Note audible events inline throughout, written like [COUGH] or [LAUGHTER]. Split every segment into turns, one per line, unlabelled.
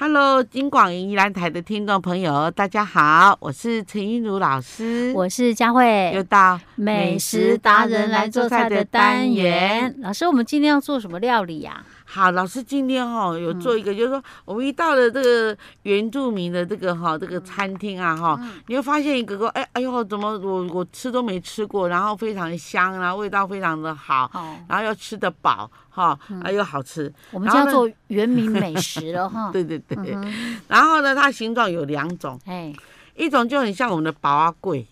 Hello，金广宜兰台的听众朋友，大家好，我是陈一如老师，
我是佳
又
慧，
到
美食达人来做菜的单元。。老师，我们今天要做什么料理呀、
好，老师今天哈、有
嗯
做一个，就是说我们一到了这个原住民的这个哈、这个餐厅啊哈、
嗯
你会发现一个个哎哎呦，怎么我我吃都没吃过，然后非常香，然后味道非常的好，
哦，嗯
然后又吃得饱哈，啊又好吃，
我们
然
就
后
要
呢
做原名美食了
[LAUGHS]
哈。
对对对。
嗯哼，
然后呢，它形状有两种，
哎，
一种就很像我们的薄啊桂，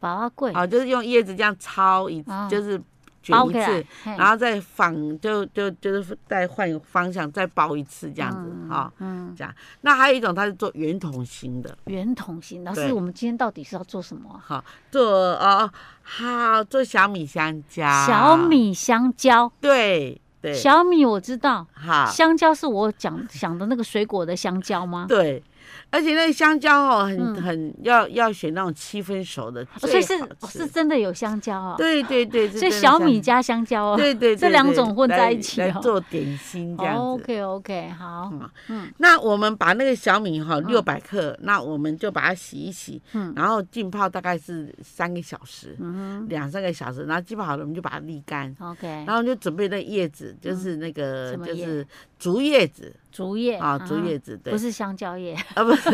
宝啊贵
啊，就是用叶子这样抄一，
哦
就是卷
包
一
起来
次，，
嘿
然后再反就就就是再换一个方向再包一次这样子
嗯
哈、
嗯，
这样。那还有一种它是做圆筒形的，
圆筒型。老
对
师，我们今天到底是要做什么啊、
哈、做哦好做小米香蕉，
小米香蕉，
对啊对，啊
小米我知道，
好
香蕉是我讲想的那个水果的香蕉吗？
对。而且那个香蕉哦，很、
嗯
很要要选那种七分熟的，
哦所以
最
是
好
哦
吃
是真的有香蕉啊、
对对对，是
所以
真的
小
香
米加香蕉哦。
对对，
这
对
两
对
种混
来
在一起
来
哦
做点心这样子。
OK OK，好，嗯
那我们把那个小米哈六百克，那我们就把它洗一洗，
嗯
然后浸泡大概是三个小时，
嗯
两三个小时，然后浸泡好了，我们就把它沥干，
哼，OK，
然后就准备那叶子，就是那个
嗯什么
就
叶
是竹叶子
竹叶
啊，竹叶
子
子对
不，是香蕉叶，
啊不是，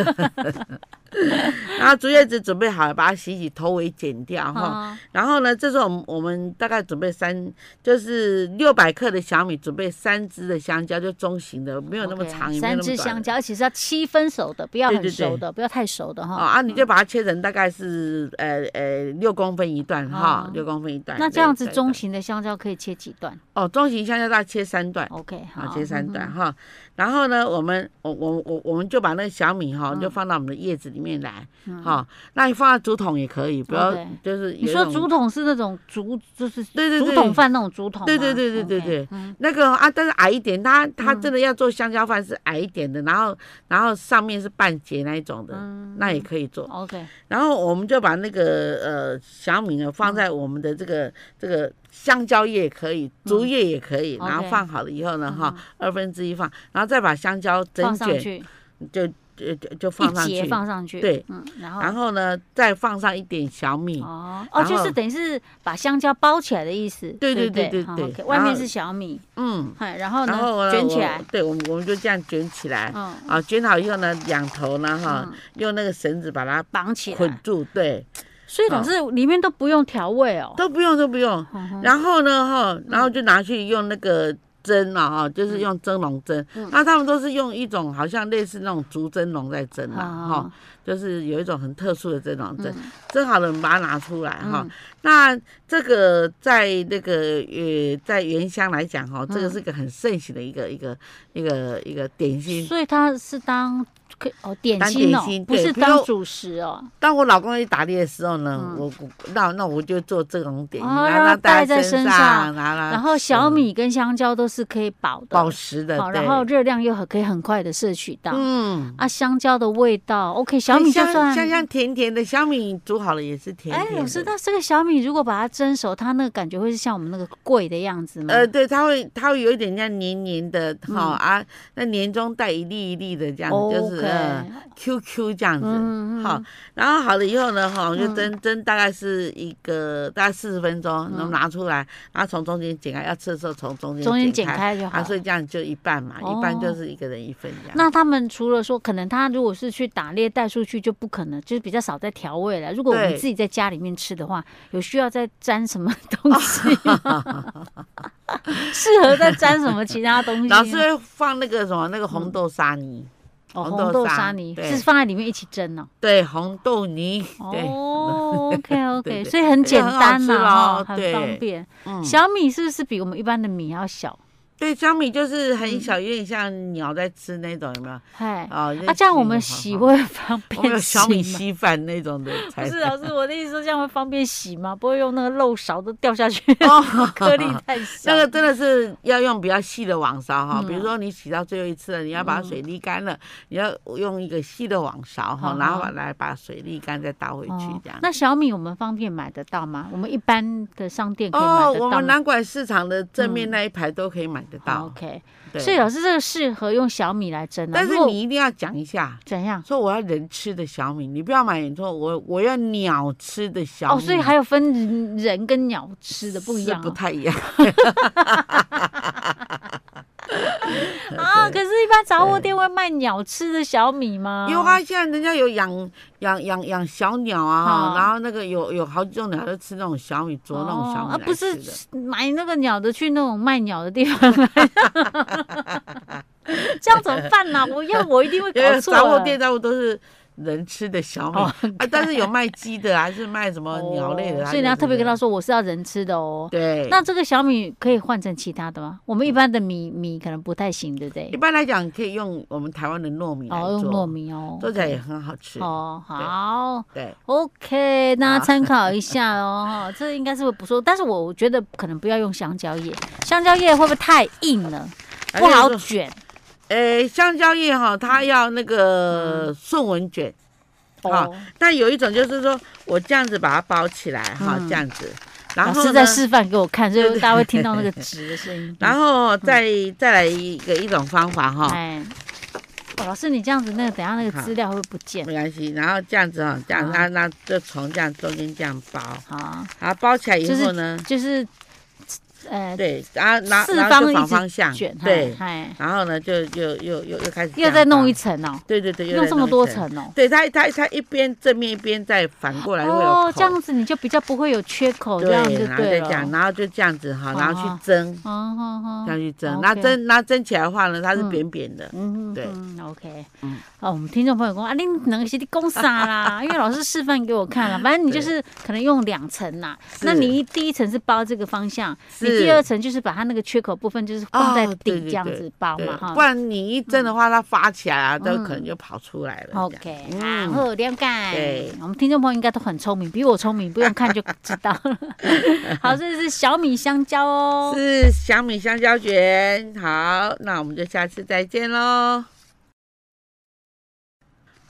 然后竹叶子准备好了，把它洗洗，头尾剪掉哈。
啊
然后呢，这时候我们我们大概准备三，就是六百克的小米，准备三只的香蕉，就中型的，没有那么
OK，
长，也没有
三
那么
只香
短。
蕉，而且是要七分熟的，不要
对
很
对对
熟的，不要太熟的
哦
哈。
啊，你就把它切成大概是呃呃六公分一段哈
哦，
六公分一段。
那这样子
对对
中
对
型的香蕉可以切几段
哦，中型香蕉大概切三段，
？OK，
好
哦好，
啊切三
嗯
段哈。然后呢，我们我我我我们就把那个小米哈，
嗯
就放到我们的叶子里面来哈。那你放到竹筒也可以，不要
OK
就是
哼。
有
你
一
说
种
竹筒是那种竹，就是
对对
竹
对
筒饭那种竹筒吗？
对对对对对
OK，
对
嗯
那个啊，但是矮一点，它它
嗯
真的要做香蕉饭是矮一点的，然后然后上面是半截那一种的，
嗯
那也可以做。
，OK，
然后我们就把那个呃小米呢放在我们的这个、这个香蕉叶也可以，竹叶也可以，
嗯 OK 嗯
然后放好了以后呢，哈、二分之一放，然后再把香蕉整
放上
卷
去，
就就就就放
一
上去
节，放上去，
对，
嗯，然后
然。后呢再放上一点小米，
哦哦，就
然后
是等于是把香蕉包起来的意思，
对对
不
对对
好
对
，OK，
然
外面
后
是小米，
嗯，
嗨，哦然后
然后
呢
呢
卷起
我
来，
对，我们我们就这样卷起来。
嗯，
啊，卷好以后呢，两头呢哈，
嗯
用那个绳子把它
绑起
捆
来，
住，对，
所以老师里面都不用调味哦。
都不用都不用。
嗯哼
然后呢哈，然后就拿去用那个蒸啊哈，
嗯
就是用蒸笼蒸。那他们都是用一种好像类似那种竹蒸笼在蒸啊哈，
哦
就是有一种很特殊的蒸笼蒸
嗯。
蒸好了，我们把它拿出来哈
嗯。
那这个在那个呃，在原乡来讲哈，
嗯
这个是个很盛行的一个一个一个一个点心。
所以它是当可以哦点
当
心
点
哦
心，
不
对
是
比如
当
说
主食哦。
当我老公去打猎的时候呢，
嗯
我我那那我就做这种点心，
哦
然后
让它
它带
带在
身
身
上，
上
拿来
然后小米跟香蕉都是可以饱的，
宝石啊的，
好，
对
然后热量又很可以很快的摄取到。
嗯，哎
啊，香蕉的味道，OK，小米就
香
算。
香香甜甜的，小米煮好了也是甜
哎
甜，的。
老师，那这个小米如果把它蒸熟，它那个感觉会是像我们那个桂的样子吗？
呃，对，它会它会有一点像黏黏的哈、啊，那年中带一粒一粒的这样，就是
嗯 OK，
呃 QQ 这样子。
嗯
好，然后好了以后呢，哈，我们就蒸蒸大概是一个大概四十分钟，
嗯
然后拿出来，然后从中间剪开，要吃的时候从中间
中间剪开就好
啊，所以这样就一半嘛，
哦
一半就是一个人一份这样。
那他们除了说，可能他如果是去打猎带出去，就不可能，就是比较少在调味了。如果我们
对
自己在家里面吃的话，有需要再沾什么东西吗适合再沾什么其 [LAUGHS] 他东西？
老师会放那个什么那个
嗯
红豆沙泥，
哦，
红
红
豆
豆
沙
沙泥
对
是放在里面一起蒸哦。
对，红豆泥，对，
[LAUGHS] 哦，OK
对
OK，
对
所以很简单
这个很
呐，
好
哈
吃咯
很方便。
嗯，
小米是不是比我们一般的米要小？
对，小米就是
嗯
很小，有点像鸟在吃那种，有没有？
嗨，
啊，那
啊，这样我们
喜
洗会方
我们有
便洗
小米
吗？
稀饭那种的才
[LAUGHS] 不
[LAUGHS]
是老师，我的意思说这样会方便洗吗？不会用那个漏勺都掉下
[LAUGHS]
去，
哦
颗粒
[LAUGHS]
太小。
那个真的是要用比较细的网勺哈，
嗯
比如说你洗到最后一次了，你要把水沥干了，你要用一个细的网勺哈
好，
然后
好
把来把水沥干再倒回去这样。
哦
哦
那小米我们方便买得到吗？我们一般的商店可以买
哦，
得
我们
到吗？嗯哦
南管市场的正面那一排都可以买得到。
OK，
对，
所以老师这个适合用小米来蒸啊。
但
如
是
果
你一定要讲一下，
怎样？
说我要人吃的小米，你不要买你说我我要鸟吃的小米。
哦，所以还有分人人跟鸟吃的不一样
是不
哦
太一样。
啊。可是，一般杂货店会卖鸟吃的小米吗？
因为它现在人家有养养养养小鸟啊，
好
然后那个有有好几种鸟都吃那种小米啄那种小
哦
米
啊，
来
不
吃
是
的
买那个鸟的去那种卖鸟的地方买， [LAUGHS] 这样怎么办呢、我要我一定会
因为
搞错
杂货
了。
店大部分都是人吃的小米、
哦
啊，但是有卖鸡的，啊还是卖什么鸟类的，
哦所以你要特别跟他
说，
说我是要人吃的哦。
对，
那这个小米可以换成其他的吗？我们一般的米米可能不太行，对不
一
对？
般来讲可以用我们台湾的糯米来
哦，
做，
用糯米哦，
做起来也很好吃。
哦，
对
好
对，
，OK，大家
好
参考一下
[LAUGHS]
哦，哈这应该是会不错，但是我觉得可能不要用香蕉叶，香蕉叶会不会太硬了，不
而且
好
哎是。
卷？
诶，香蕉叶哈，它要那
嗯
个顺纹卷，好
哦，
但有一种就是说我这样子把它包起来哈，
嗯
这样子，然
老
后
师
呢
在示范给我看，所以大家会听到那个纸的声音。
然后再再来一个一种方法哈，
哎，哦老师你这样子，那个等一下那个资料会不会不见？
没关系。然后这样子哈，这样
好
那那就从这样中间这样包，
好，
然后包起来以
就是
后呢，
就是呃
对，然后拿
四
然
方
后就
一
反
直
方向，
卷，
对，
哎，
然后呢就又又又又开始这
又
样
再弄一
包，
层哦，
对对对，又
弄
再
这么
一
多。层哦。
对它它它一边正面一边再反过来会有
哦，
口
这样子你就比较不会有缺口，哦这样就
然后
对
再
了
这。样，然后就这样子哈，然后
哦
去蒸，
哦哦
这样
哦，
去蒸，
OK
那蒸那蒸起来的话呢，它是
嗯
扁扁的，
嗯，
对
嗯，OK，
嗯
哦，我们听众朋友说啊，恁能是你公啥
[LAUGHS]
啦？因为老师示范给我看了，反正你就是可能用两层啦。
是
那你一第一层是包这个方向，你
是
第二层就是把它那个缺口部分就是放在
哦对
底
对
这样
对
子包
对
嘛，哈，
不。然你一蒸的话，它发起来啊，都
嗯
可能就跑出来了。这样
OK，
嗯
好，好了解
对。
我们听众朋友应该都很聪明，比我聪明，不用看就知
[LAUGHS]
道了。好，这是小米香蕉哦。
是小米香蕉卷。好，那我们就下次再见喽。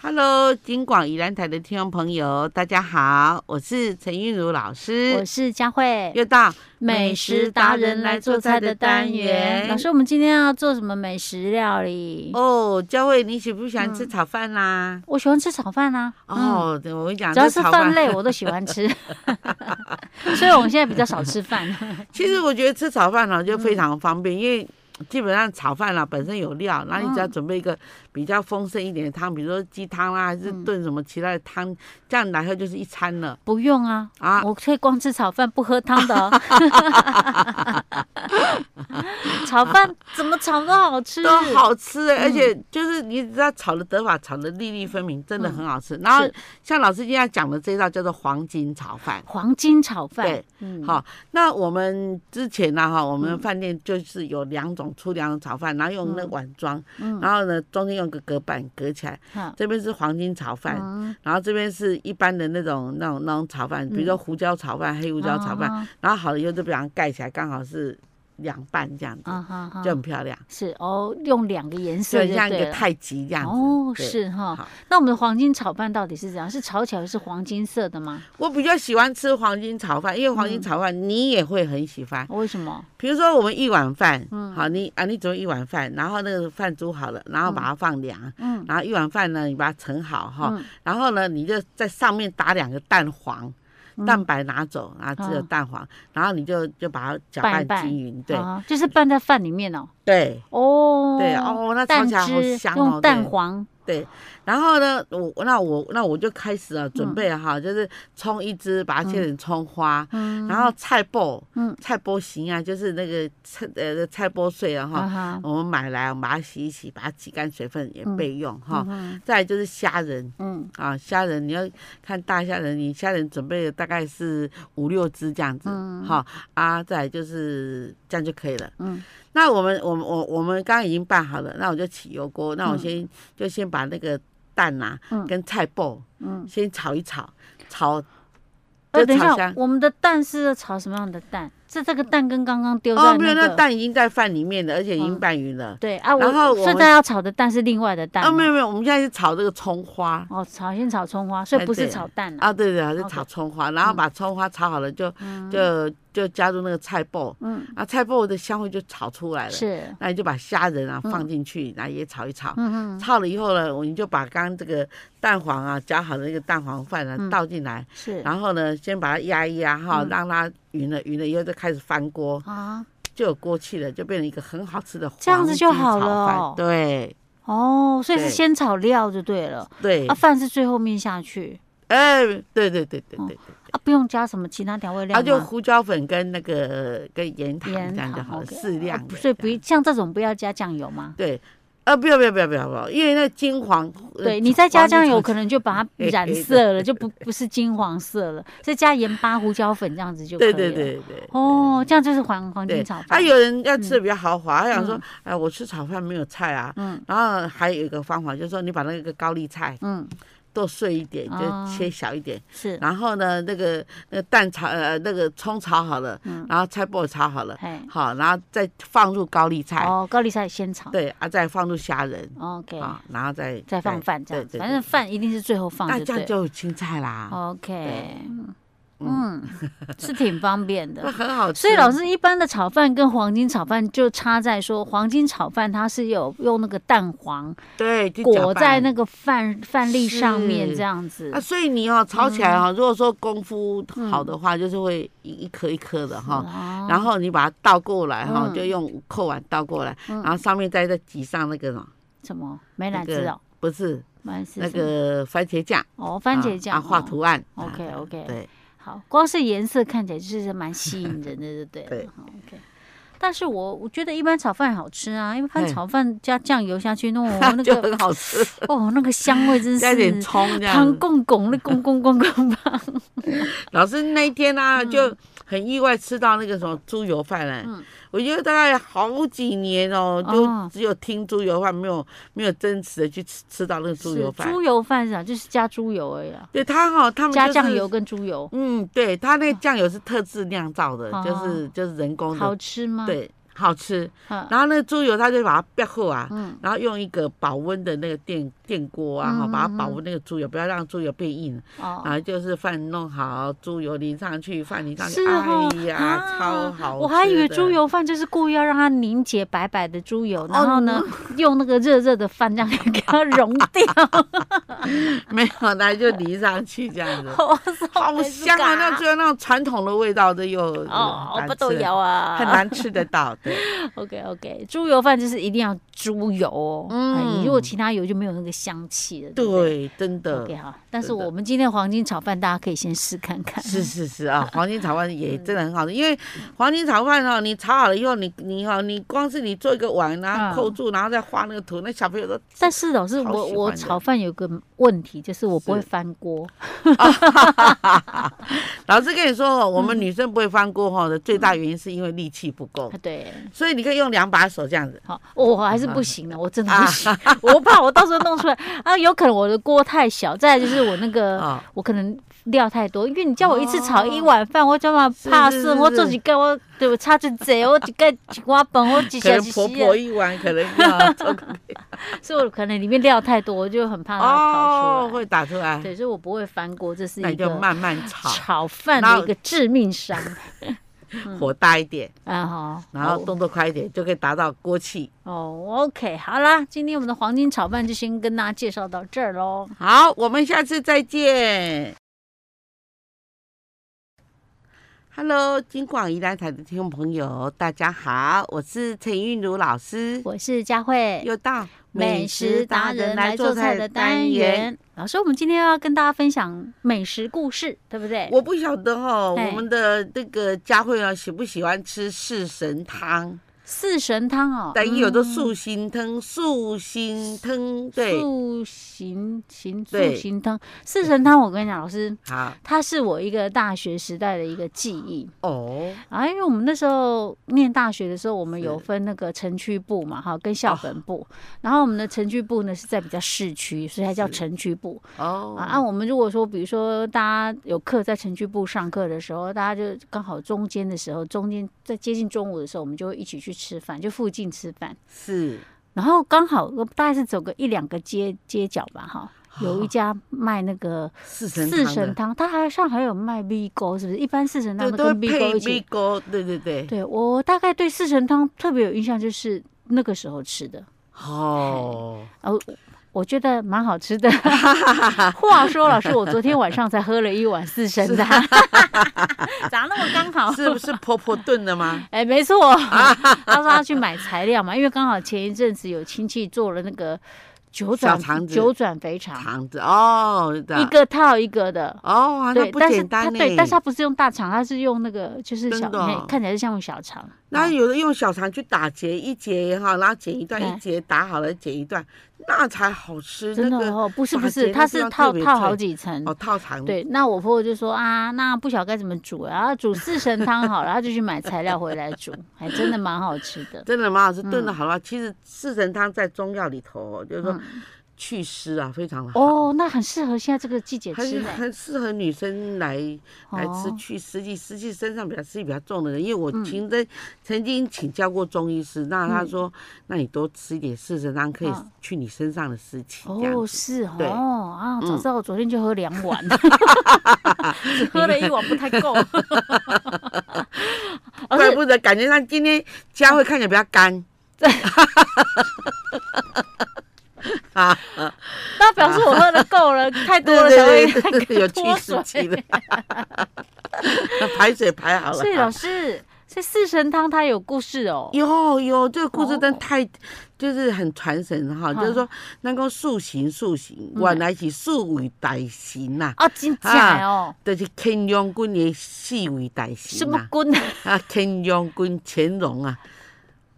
Hello，金广宜兰台的听众朋友，大家好，我是陈韵如老
我
师，
是佳慧，
又到
美食达人来做菜的单元。老师，我们今天要做什么美食料理？
哦，佳慧，你喜不喜
嗯
欢吃炒饭啦、
我喜欢吃炒饭啊。嗯，
哦，对，我跟你讲，
只要
这
是
炒
饭
饭，
类我都喜欢吃， [LAUGHS] 所以我们现在比较少吃饭。
其实我觉得吃炒饭呢、就非常方
嗯
便，因为。基本上炒饭啦、本身有料，然后你只要准备一个比较丰盛一点的汤，比如说鸡汤啊啦、还是
嗯
炖什么其他的汤，这样来喝就是一餐了
不用啊，
啊。
我可以光吃炒饭不喝
[LAUGHS]
汤的、哦。炒饭怎么炒都好吃，
都好吃
嗯
哎、而且就是你只要炒的得法，炒的粒粒分明，真的很好吃。然后
嗯是
像老师今天要讲的这一道叫做黄金炒饭，
黄金炒饭
对，
嗯，
好，那我们之前呢，哈，我们饭店就是有两种出两种炒饭，然后用那个碗装，
嗯
然后呢中间用个隔板隔起来，
好，
这边是黄金炒饭，
嗯，
然后这边是一般的那种那种那种炒饭，比如说胡椒炒饭、黑胡椒炒饭，
啊
然后好了以后就把它盖起来，刚好是两半这样子，
哈，啊哈
就很漂亮，
是哦，用两个颜
就
色
很
就
像一
对
个
了。
太极这样子。
哦，
对
是哈
好。
那我们的黄金炒饭到底是怎样？是炒起来是黄金色的吗？
我比较喜欢吃黄金炒饭，因为黄
嗯
金炒饭你也会很喜欢。
为什么？
比如说我们一碗饭，
嗯
好，你啊你煮一碗饭，然后那个饭煮好了，然后把它放凉，
嗯
然后一碗饭呢你把它盛好哈，
嗯
然后呢你就在上面打两个蛋黄。
嗯
蛋白拿走，然后只有
哦
蛋黄，然后你就就把它搅
拌一
拌
拌
均匀，对
啊，就是拌在饭里面哦。
对
哦，
对，哦，那炒
蛋
起来好
汁
香哦，
用蛋
对
黄，
对，然后呢，我那我那我就开始了准备了哈，就是葱一只，把它切成葱花，
嗯
然后菜脯，
嗯
菜脯形啊，就是那个菜呃菜脯碎了哈，
嗯啊哈，
我们买来我们把它洗一洗，把它挤干水分也备用哈。
嗯
再来就是虾仁
嗯
啊，虾仁你要看大虾仁，你虾仁准备的大概是五六只这样子
嗯
哈、啊，再来就是这样就可以了。
嗯
那我们我们我我们刚刚已经拌好了，那我就起油锅，那我
嗯
先、就先把那个蛋呐、
嗯
跟菜脯
嗯。
先炒一炒，炒
呃，
就
等一
炒
下
香，。
我们的蛋是要炒什么样的蛋？是这个蛋跟刚刚丢
哦，
在
没有，那
个。哦
蛋已经在饭里面了，而且已经拌匀了。
对啊，
然后
我
我
现
们
在要炒的蛋是另外的蛋
啊，
吗。
没有没有，我们现在是炒这个葱花。
哦，炒先炒葱花，所以
哎
不是
对
炒蛋啊。
啊，对对，是
OK 嗯
炒葱花，然后把葱花炒好了，就就就加入那个菜爆，
嗯，
啊，菜爆的香味就炒出来了。
是，
那你就把虾仁啊放进去，然后也炒一炒。
嗯嗯，
炒了以后呢，我们就把刚刚这个蛋黄啊搅好的那个蛋黄饭呢、
嗯
倒进来，
是
然后呢先把它压一压哈，
嗯
让它匀了，匀了以后再开始翻锅，
啊，
就有锅气了，就变成一个很好吃的
这样子就
黄金
好了
炒饭
哦
对
哦，所以是
对
先炒料就对了，
对
啊，，饭是最后面下去
哎、对对对对对对，
啊，不用加什么其他调味料
啊就
吗
胡椒粉跟那个跟盐糖
盐
这样就
糖
好了，
OK
适量
啊
的这样、
所以不像这种不要加酱油吗？
对。啊，不要不要不要不要不要，因为那金黄，呃
对你再加
黄金
酱油，
炒
可能就把它
黑
染
黑的
色了，就不不是金黄色了。再加盐巴、胡椒粉这样子就可以
对
了。
对对对，
哦，这样就是黄黄金
对
炒，
啊，
饭。
有人要吃的比较豪华，他想说
嗯，
哎，我吃炒饭没有菜啊。
嗯
然后还有一个方法，就是说你把那个高丽菜
嗯，
剁碎一点，
哦
就切小一点。
是，
然后呢，那个那个蛋炒呃那个葱炒好了，
嗯
然后菜脯炒好了，
哎，
好，然后再放入高丽菜，
哦，高丽菜先炒
对，啊，再放入虾仁，
，OK，
啊，然后再
再放，饭这
对
样
对
子，反
对
正饭一定是最后放
那
就
这
对哦
样
了。
就有青菜啦，
OK，嗯
嗯
嗯，是挺方便
那
的。
很好吃。
所以老师一般的炒饭跟黄金炒饭就差在说，黄金炒饭它是有用那个蛋黄
对就搅
裹
拌
在那个饭饭粒上面
是
这样子
啊，。所以你哦，炒起来
嗯
哦，如果说功夫好的话，就是会一一颗一颗的哈。
哦
然后你把它倒过来哈，
嗯
就用扣碗倒过来，
嗯
然后上面再再挤上那个什么，
什么美
那
乃滋
个
哦，
不是
美乃滋
那
什么
个番茄酱，
哦番
啊
茄酱
啊画
哦
图案。
OK，
啊
OK 哦
对，
好，光是颜色看起来就是蛮吸引
[LAUGHS]
人的，对不对
对
了？好 OK。但是我我觉得一般炒饭好吃啊，因为它
嘿
炒饭加酱油下
[LAUGHS]
去弄，那
就
个
很好吃，
哦那个香味
[LAUGHS]
真
加一点
是
葱这
汤
样。
公公那公公公公吧，
老师那一天呢，就很意外吃到那个什么猪油饭呢
嗯。
我觉得大概好几年哦，
哦
就只有听猪油饭，没有没有真实的去吃吃到那个猪
是
油饭。
猪油饭是啊，就是加猪油而已啊，
对他哈、他们、就是、
加酱油，跟猪油，
嗯，对他那个酱油是特制酿造的，
哦
就是就是人工
好
的，
吃吗？，
嗯对，好吃。
嗯
然后那个猪油，他就把它煸后啊，
嗯
然后用一个保温的那个电电锅啊，哈、
嗯
把它保温那个猪油，不要让猪油变硬。然
哦，
后啊就是饭弄好，猪油淋上去，饭淋上去，
是哦
哎呀，
啊
超好吃。
我还以为猪。油饭就是故意要让它凝结白白的猪
哦
油，然后呢用那个热热的饭这样 [LAUGHS] 给它融掉，
没有，那就淋上去这样子，
我
[LAUGHS]
操
好香啊！那只有那种传统的味道，这又
哦，我
难
不都
吃得
有啊，
很
[LAUGHS]
难吃得到，对。
OK OK，猪油饭就是一定要猪油哦，
嗯
哎你如果其他油就没有那个香气了，对不对
对，真的
OK 好，但是
真的
我们今天黄金炒饭大家可以先试看看，
是是是啊，黄金炒饭
嗯
也真的很好吃，因为黄金炒饭哦，你炒好了以后，你你哦，你光是你做一个碗，然后
嗯
扣住，然后再画那个图，那小朋友都
但是老师，
好
我
喜
我
欢的
炒饭有个问题，就是我不会
是
翻锅。
老师跟你说哦，我们
嗯
女生不会翻锅哈的最大原因是因为力气不够
啊，对，
所以你可以用两把手这样子。
好，哦我还是不行的，我真的不行，
啊
[LAUGHS] 我怕我到时候弄出来啊，有可能我的锅太小，再来就是我那个、
啊
我可能料太多，因为你叫我一次炒
哦
一碗饭，我就嘛
是
怕
是
剩，
是
我
是
做几个我对我差就贼，我几个几瓜本，我几
可
小
能
几
婆
洗
婆一碗，可能
[LAUGHS]
要
所以我可能里面料太多，我就很怕它啊跑
哦，
出来。
会打出来，
对，所以我不会翻锅，这是
那
一
你就
个
慢慢
[LAUGHS]
炒，
炒饭
然
的
后
一个致命伤。
火大一点，
啊哈，
然后
嗯好
动作快一点，就可以达到锅气。
哦，OK，好啦，今天我们的黄金炒饭就先跟大家介绍到这儿喽。
好，我们下次再见。Hello，金广宜兰台的听众朋友，大家好，我是陈韵如老师，
我是佳慧，
又到
单元。老师，我们今天要跟大家分享美食故事，对不对？
我不晓得哦，
哎
我们的这个佳慧啊，喜不喜欢吃四神汤？
四神汤哦，
但也有的素心汤、素心汤，对，
素行行素
对
行汤，四神汤，我跟你讲，老师，
好
它是我一个大学时代的一个记忆
哦，
啊，因为我们那时候念大学的时候，我们有
是哦
分那个城区部嘛，哈，跟校本部，然后我们的城区部呢是在比较市区，所以它叫城区部。
哦，
啊，啊，我们如果说，比如说大家有课在城区部上课的时候，大家就刚好中间的时候，中间在接近中午的时候，我们就会一起去吃饭，就附近吃饭。
是
然后刚好呃大概是走个一两个街街角吧，哈，有一家卖那个
哦四神
四
汤
神
的，
汤，它好像还有卖 V 勾，是不是？一般四神汤
对，都会
都跟 V 勾
配
一起。
勾，对对对，
对我大概对四神汤特别有印象，就是那个时候吃的。
哦，
哦，我觉得蛮
[LAUGHS]
好吃的。话说，老师，我昨天晚上才喝了一碗四神汤，
[LAUGHS]
咋那么刚好？
是不是婆婆炖的吗？
[LAUGHS] 哎，没
[LAUGHS]
错，他说他去买材料嘛，因为刚好前一阵子有亲戚做了那个九
小
转
肠子
九转肥肠，
肠子哦，知道
一个套一个的。
哦，啊那
对，
不
但是
简
他
单呢。
对，但是他不是用大肠，他是用那个就是小，
真的哦
嘿看起来是像小肠。
那
哦
有的用小肠去打结，一结也好，然后剪一段，
对
一节打好了剪一段，那才好吃。
真
那
的
个
哦，不是
打
不
结
是，
那
它
地
是
方
套
特别
套好
脆
几层。
哦，套肠
对，那我婆婆就说啊，那不晓得该怎么煮啊，煮四神汤好了，她就去买材料回来煮，还真的蛮好吃的。
真的蛮好吃，炖
嗯
的好了。其实四神汤在中药里头哦，就是说祛湿啊，非常的好。
哦，那很适合现在这个季节吃
很
呢。
很适合女生来来吃
哦嗯
祛湿气，湿气身上比较湿气比较重的人，因为我曾经曾经请教过中医师，那他说，那你多吃一点四神汤可以
嗯
去你身上的湿气，这样
哦，是
对嗯
哦，啊，早知道我昨天就喝两
[LAUGHS]
碗，只喝了一碗不太够。而
怪
且
不得感觉上今天家会看起来比较
[LAUGHS]
干。 [LAUGHS] 啊，
那表示我喝的够了，太多
对
了
对对
才会
对对，有去
脱
湿气的
水。
排水排好
所以老
了。
师，所以四神汤它有故事哦。
有有，这个故事真
哦
太，就是很传神哈，就是说能够塑形塑形，原来是四位大神呐，
啊，真假哦，
就是乾隆君的四位大
什
神
么
呐，
君？
啊，乾隆君乾隆啊，
[LAUGHS]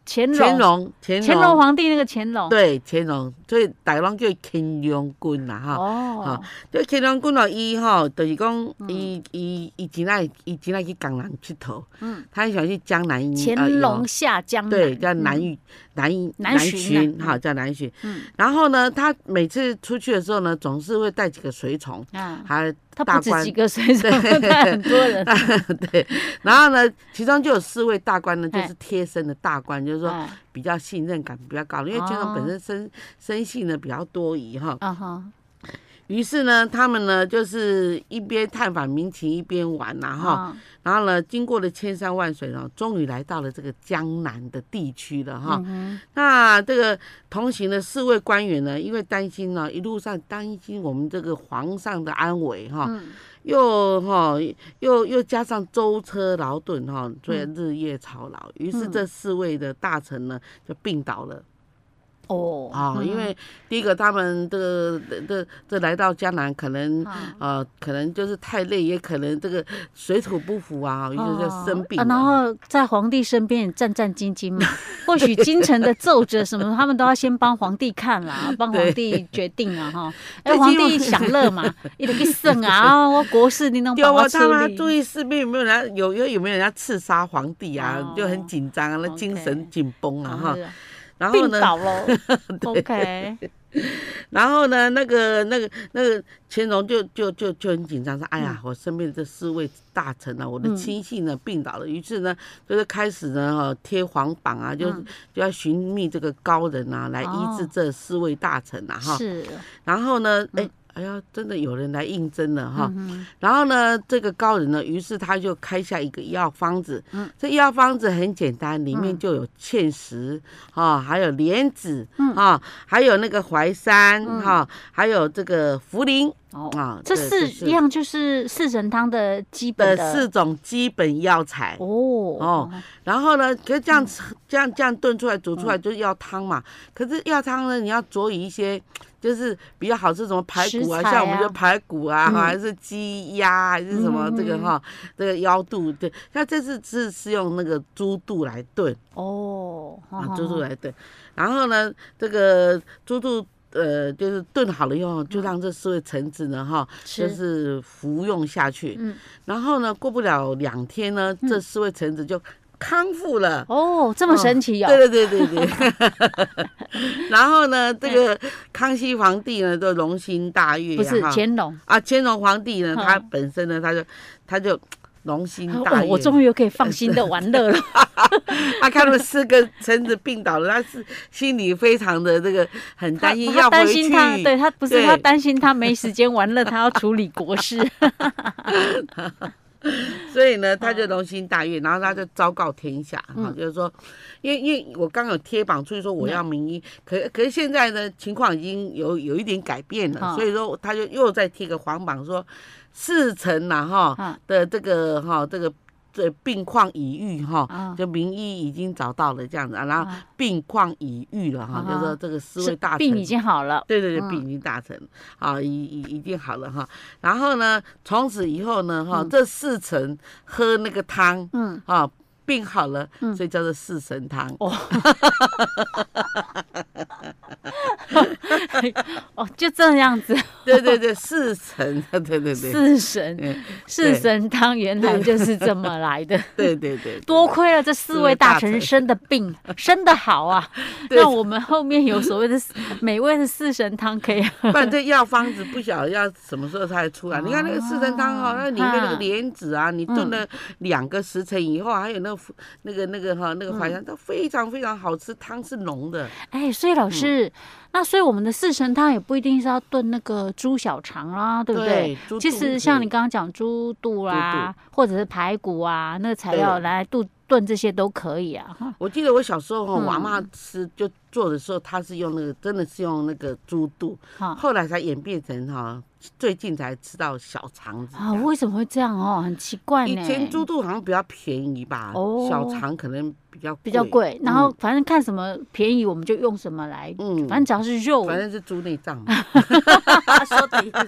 乾
乾
隆，
隆乾
乾隆皇帝那个乾隆。
对乾隆，所以大人叫乾隆君呐哈。
哦
哈，这乾隆君哦，伊吼，就是讲，伊伊伊真爱，伊真爱去江南佚佗，
嗯，
他很喜欢去江南呃
乾隆
有
下江南，
对，叫南
嗯
屿南屿
南巡啊
巡，
嗯
哈，叫南巡。
嗯
然后呢，他每次出去的时候呢，总是会带几个随从，
啊，
还 [LAUGHS]
他
大
不止
官
几。
[LAUGHS]
个水手，他很多人，
对，然后呢，其中就有四位大官呢，就
哎
是贴身的大官，就是说
啊
比较信任感比较高，因为乾隆本
哦
身生生性呢比较多疑哈，
啊哈，
于是呢，他们呢就是一边探访民情，一边玩呐、哈。
啊
然后呢，经过了千山万水呢，终于来到了这个江南的地区了啊哈。
嗯
那这个同行的四位官员呢，因为担心呢，一路上担心我们这个皇上的安危哈，
嗯
又哈又又加上舟车劳顿哈，
嗯
所以日夜操劳，于是这四位的大臣呢就病倒了。
哦
啊、
嗯
因为第一个他们这个这这来到江南，可能
啊
呃可能就是太累，也可能这个水土不服啊，于是就生病
啊然
了。
后在皇帝身边战战兢兢
[LAUGHS]
嘛，或许京城的奏折什么，他们都要先帮皇帝看啦，
[LAUGHS]
帮皇帝决定啊哈。哎，
对
皇
因
帝
为
享乐嘛，
[LAUGHS]
一点一胜啊，啊我国事你能
对啊，
帮
我
我
他
处
们要
理。
注意士兵有没有人家有有有没有人家刺杀皇帝啊，
哦
就很紧张啊，那
OK
精神紧绷啊哈。
啊
然后
病
呢，[LAUGHS]
倒喽，OK，
然后呢，那个那个那个乾隆就就就就很紧张，说：“哎呀，我身边的这四位大臣呢、啊，我的
嗯
亲信呢病倒了，于是呢，就是开始呢哈贴黄榜啊，就是
嗯
就要寻觅这个高人啊，来医治
哦
这四位大臣啊哈。
是
然后呢，哎。哎呀，真的有人来应征了哈！
嗯
然后呢，这个高人呢，于是他就开下一个药方子。
嗯
这药方子很简单，里面
嗯
就有芡实啊、还有莲子啊、
嗯
还有那个淮山
嗯
哈、还有这个茯苓
哦，
啊。
这
就
四
是
样就是四神汤的基本
的
的
四种基本药材。
哦
哦，然后呢，可是这
嗯
样吃、这样这样炖出来、煮出来就是药汤嘛。可是药汤呢，你要佐以一些就是比较好吃，什么排骨啊，
食材啊
像我们就排骨啊，
嗯
还是鸡鸭还是什么这个哈，这个腰肚对。那这次是是用那个猪肚来炖
哦，
啊
好，好
猪肚
好
来炖。然后呢，这个猪肚呃就是炖好了以后，就让这四味橙子呢哈，就
吃
是服用下去。
嗯
然后呢，过不了两天呢，这四味橙子就康复了。
哦，这么
嗯
神奇哦，
对对对对对。
[LAUGHS]
然后呢，这个康熙皇帝呢，就龙心大悦、啊，
嗯不是
哈
乾隆，
啊，乾隆皇帝呢，
嗯
他本身呢，他就他就龙心大呃
哦
悦，，
我终于又可以放心的玩
[LAUGHS]
乐了，
他看到四个臣子病倒了，他是心里非常的这个很担
[LAUGHS]
心，
他
要
他
回
担
去
心他，对他不是
对
他担心他没时间玩乐，他要处理国
[LAUGHS]
事，
所以呢，他就龙心大悦，然后他就昭告天下，哈、
嗯
就是说，因为因为我刚有贴榜出去说我要名医，可可是现在呢，情况已经有有一点改变了，
嗯
所以说他就又再贴个黄榜说，四成呐、哈、
嗯
的这个哈这个这病况已愈哈。
啊，
就名医已经找到了这样子啊，然后
啊
病况已愈了哈，
啊
就说这个四位
是
大臣
病已经好了，
对对对，
嗯
病已经大成了，啊，已已已经好了哈。然后呢，从此以后呢，哈，
嗯
这四神喝那个汤
嗯，
啊，病好了，
嗯
所以叫做四神汤。
哦，就这样子，
对对
[LAUGHS]
对，四神， [LAUGHS] 对对对，
四神
嗯
四神汤原来就是这么来的。
对对
[LAUGHS]
对，
多亏了这四位大
四位大臣
臣生的病，生的好啊，
[LAUGHS] 对
让我们后面有所谓的四美味的四神汤可以
[LAUGHS]
喝。
不然这药方子不晓得要什么时候才出来。你看那个四神汤哦，
啊
那里面那个
哈嗯
莲子啊，你炖了两个时辰以后，还有那个那个那个哈那
嗯
个淮山都非常非常好吃，汤是浓的。
哎，所以老
嗯
师，那所以我们的四神汤也不一定是要炖那个猪小肠啦，对不对？
猪
其
肚
实
子
像你刚刚讲猪肚啦，或者是排骨啊，那个材料
对
来炖炖这些都可以啊。哈
我记得我小时候哈、
嗯
我阿妈吃就做的时候，她是用那个，真的是用那个猪肚，
哈
后来才演变成哈、最近才吃到小肠子。
啊，为什么会这样哦？很奇怪呢。
以前猪肚好像比较便宜吧，
哦
小肠可能比较
比较。贵，然后反正看什么便宜我们就用什么来，
嗯，
反正只要是肉，
反正是猪内脏
[LAUGHS]
嘛。
他说的也
[LAUGHS]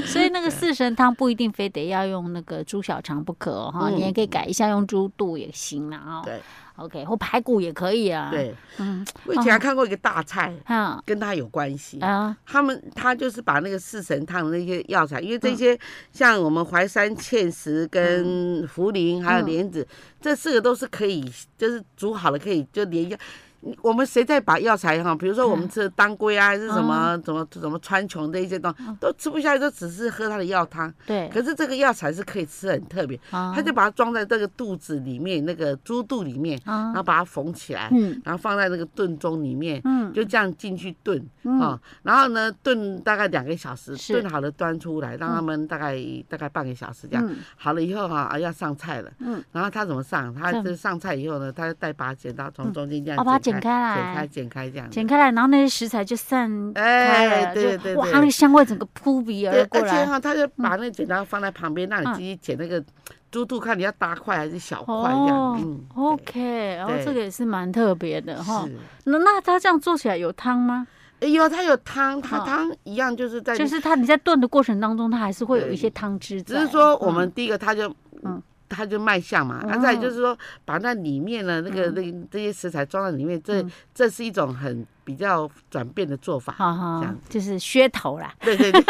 是。所以那个四神汤不一定非得要用那个猪小肠不可哦哈，
嗯
你也可以改一下用猪肚也行啦哦。
对
OK，或排骨也可以啊。，
对，
嗯，
我以前还看过一个大菜，
哈
跟它有关系。
啊，
他们他就是把那个四神汤的那些药材，因为这些像我们淮山芡实跟茯苓还有莲子，这四个都是可以，就是煮好了可以就连药。你我们谁再把药材哈，比如说我们吃的当归啊，还是什么什么什么川穹这一些东西，都吃不下去，都只是喝它的药汤。
对，
可是这个药材是可以吃，很特别，
啊
他就把它装在这个肚子里面，那个猪肚里面，
啊
然，后把它缝起来，
嗯
然后放在那个炖盅里面，
嗯
就这样进去炖。
嗯，
哦，然后呢，炖大概两个小时，
是
炖好了端出来，让他们大概、大概半个小时这样。
嗯
好了以后哈、啊，要上菜了。
嗯，
然后他怎么上？他
这样
就是上菜以后呢，他就带把剪刀从中间这样
哦把它剪
开，
开
剪
来
开，剪开这样子。
剪开来，然后那些食材就散开
哎，
了，
对对对
就哇，
对
那个香味整个扑鼻
对
而，过
而且
来。
哈、他就把那个剪刀放在旁边，让你
嗯
自己剪那个猪肚，看你要大块还是小块这样。
哦
嗯
，OK，然后
对
这个也是蛮特别的哈。
是。
那那它这样做起来有汤吗？
哎呦，它有汤，它
哦
汤一样就是在
就是它你在炖的过程当中，它还是会有
对
一些汤汁在。
只是说我
嗯
们第一个他就。嗯
嗯
他就卖相嘛，啊，
嗯
再来就是说，把那里面的那个那个这些食材装到里面，这
嗯
这是一种很比较转变的做法。
好好
这
好
样，。
就是噱头啦
对对
[LAUGHS]
对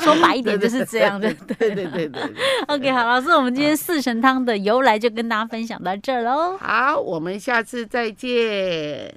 说白一点就是这样的。
对
[LAUGHS]
对对对。
OK，好，老师，我们今天四神汤的由来就跟大家分享到这儿喽。
好，我们下次再见。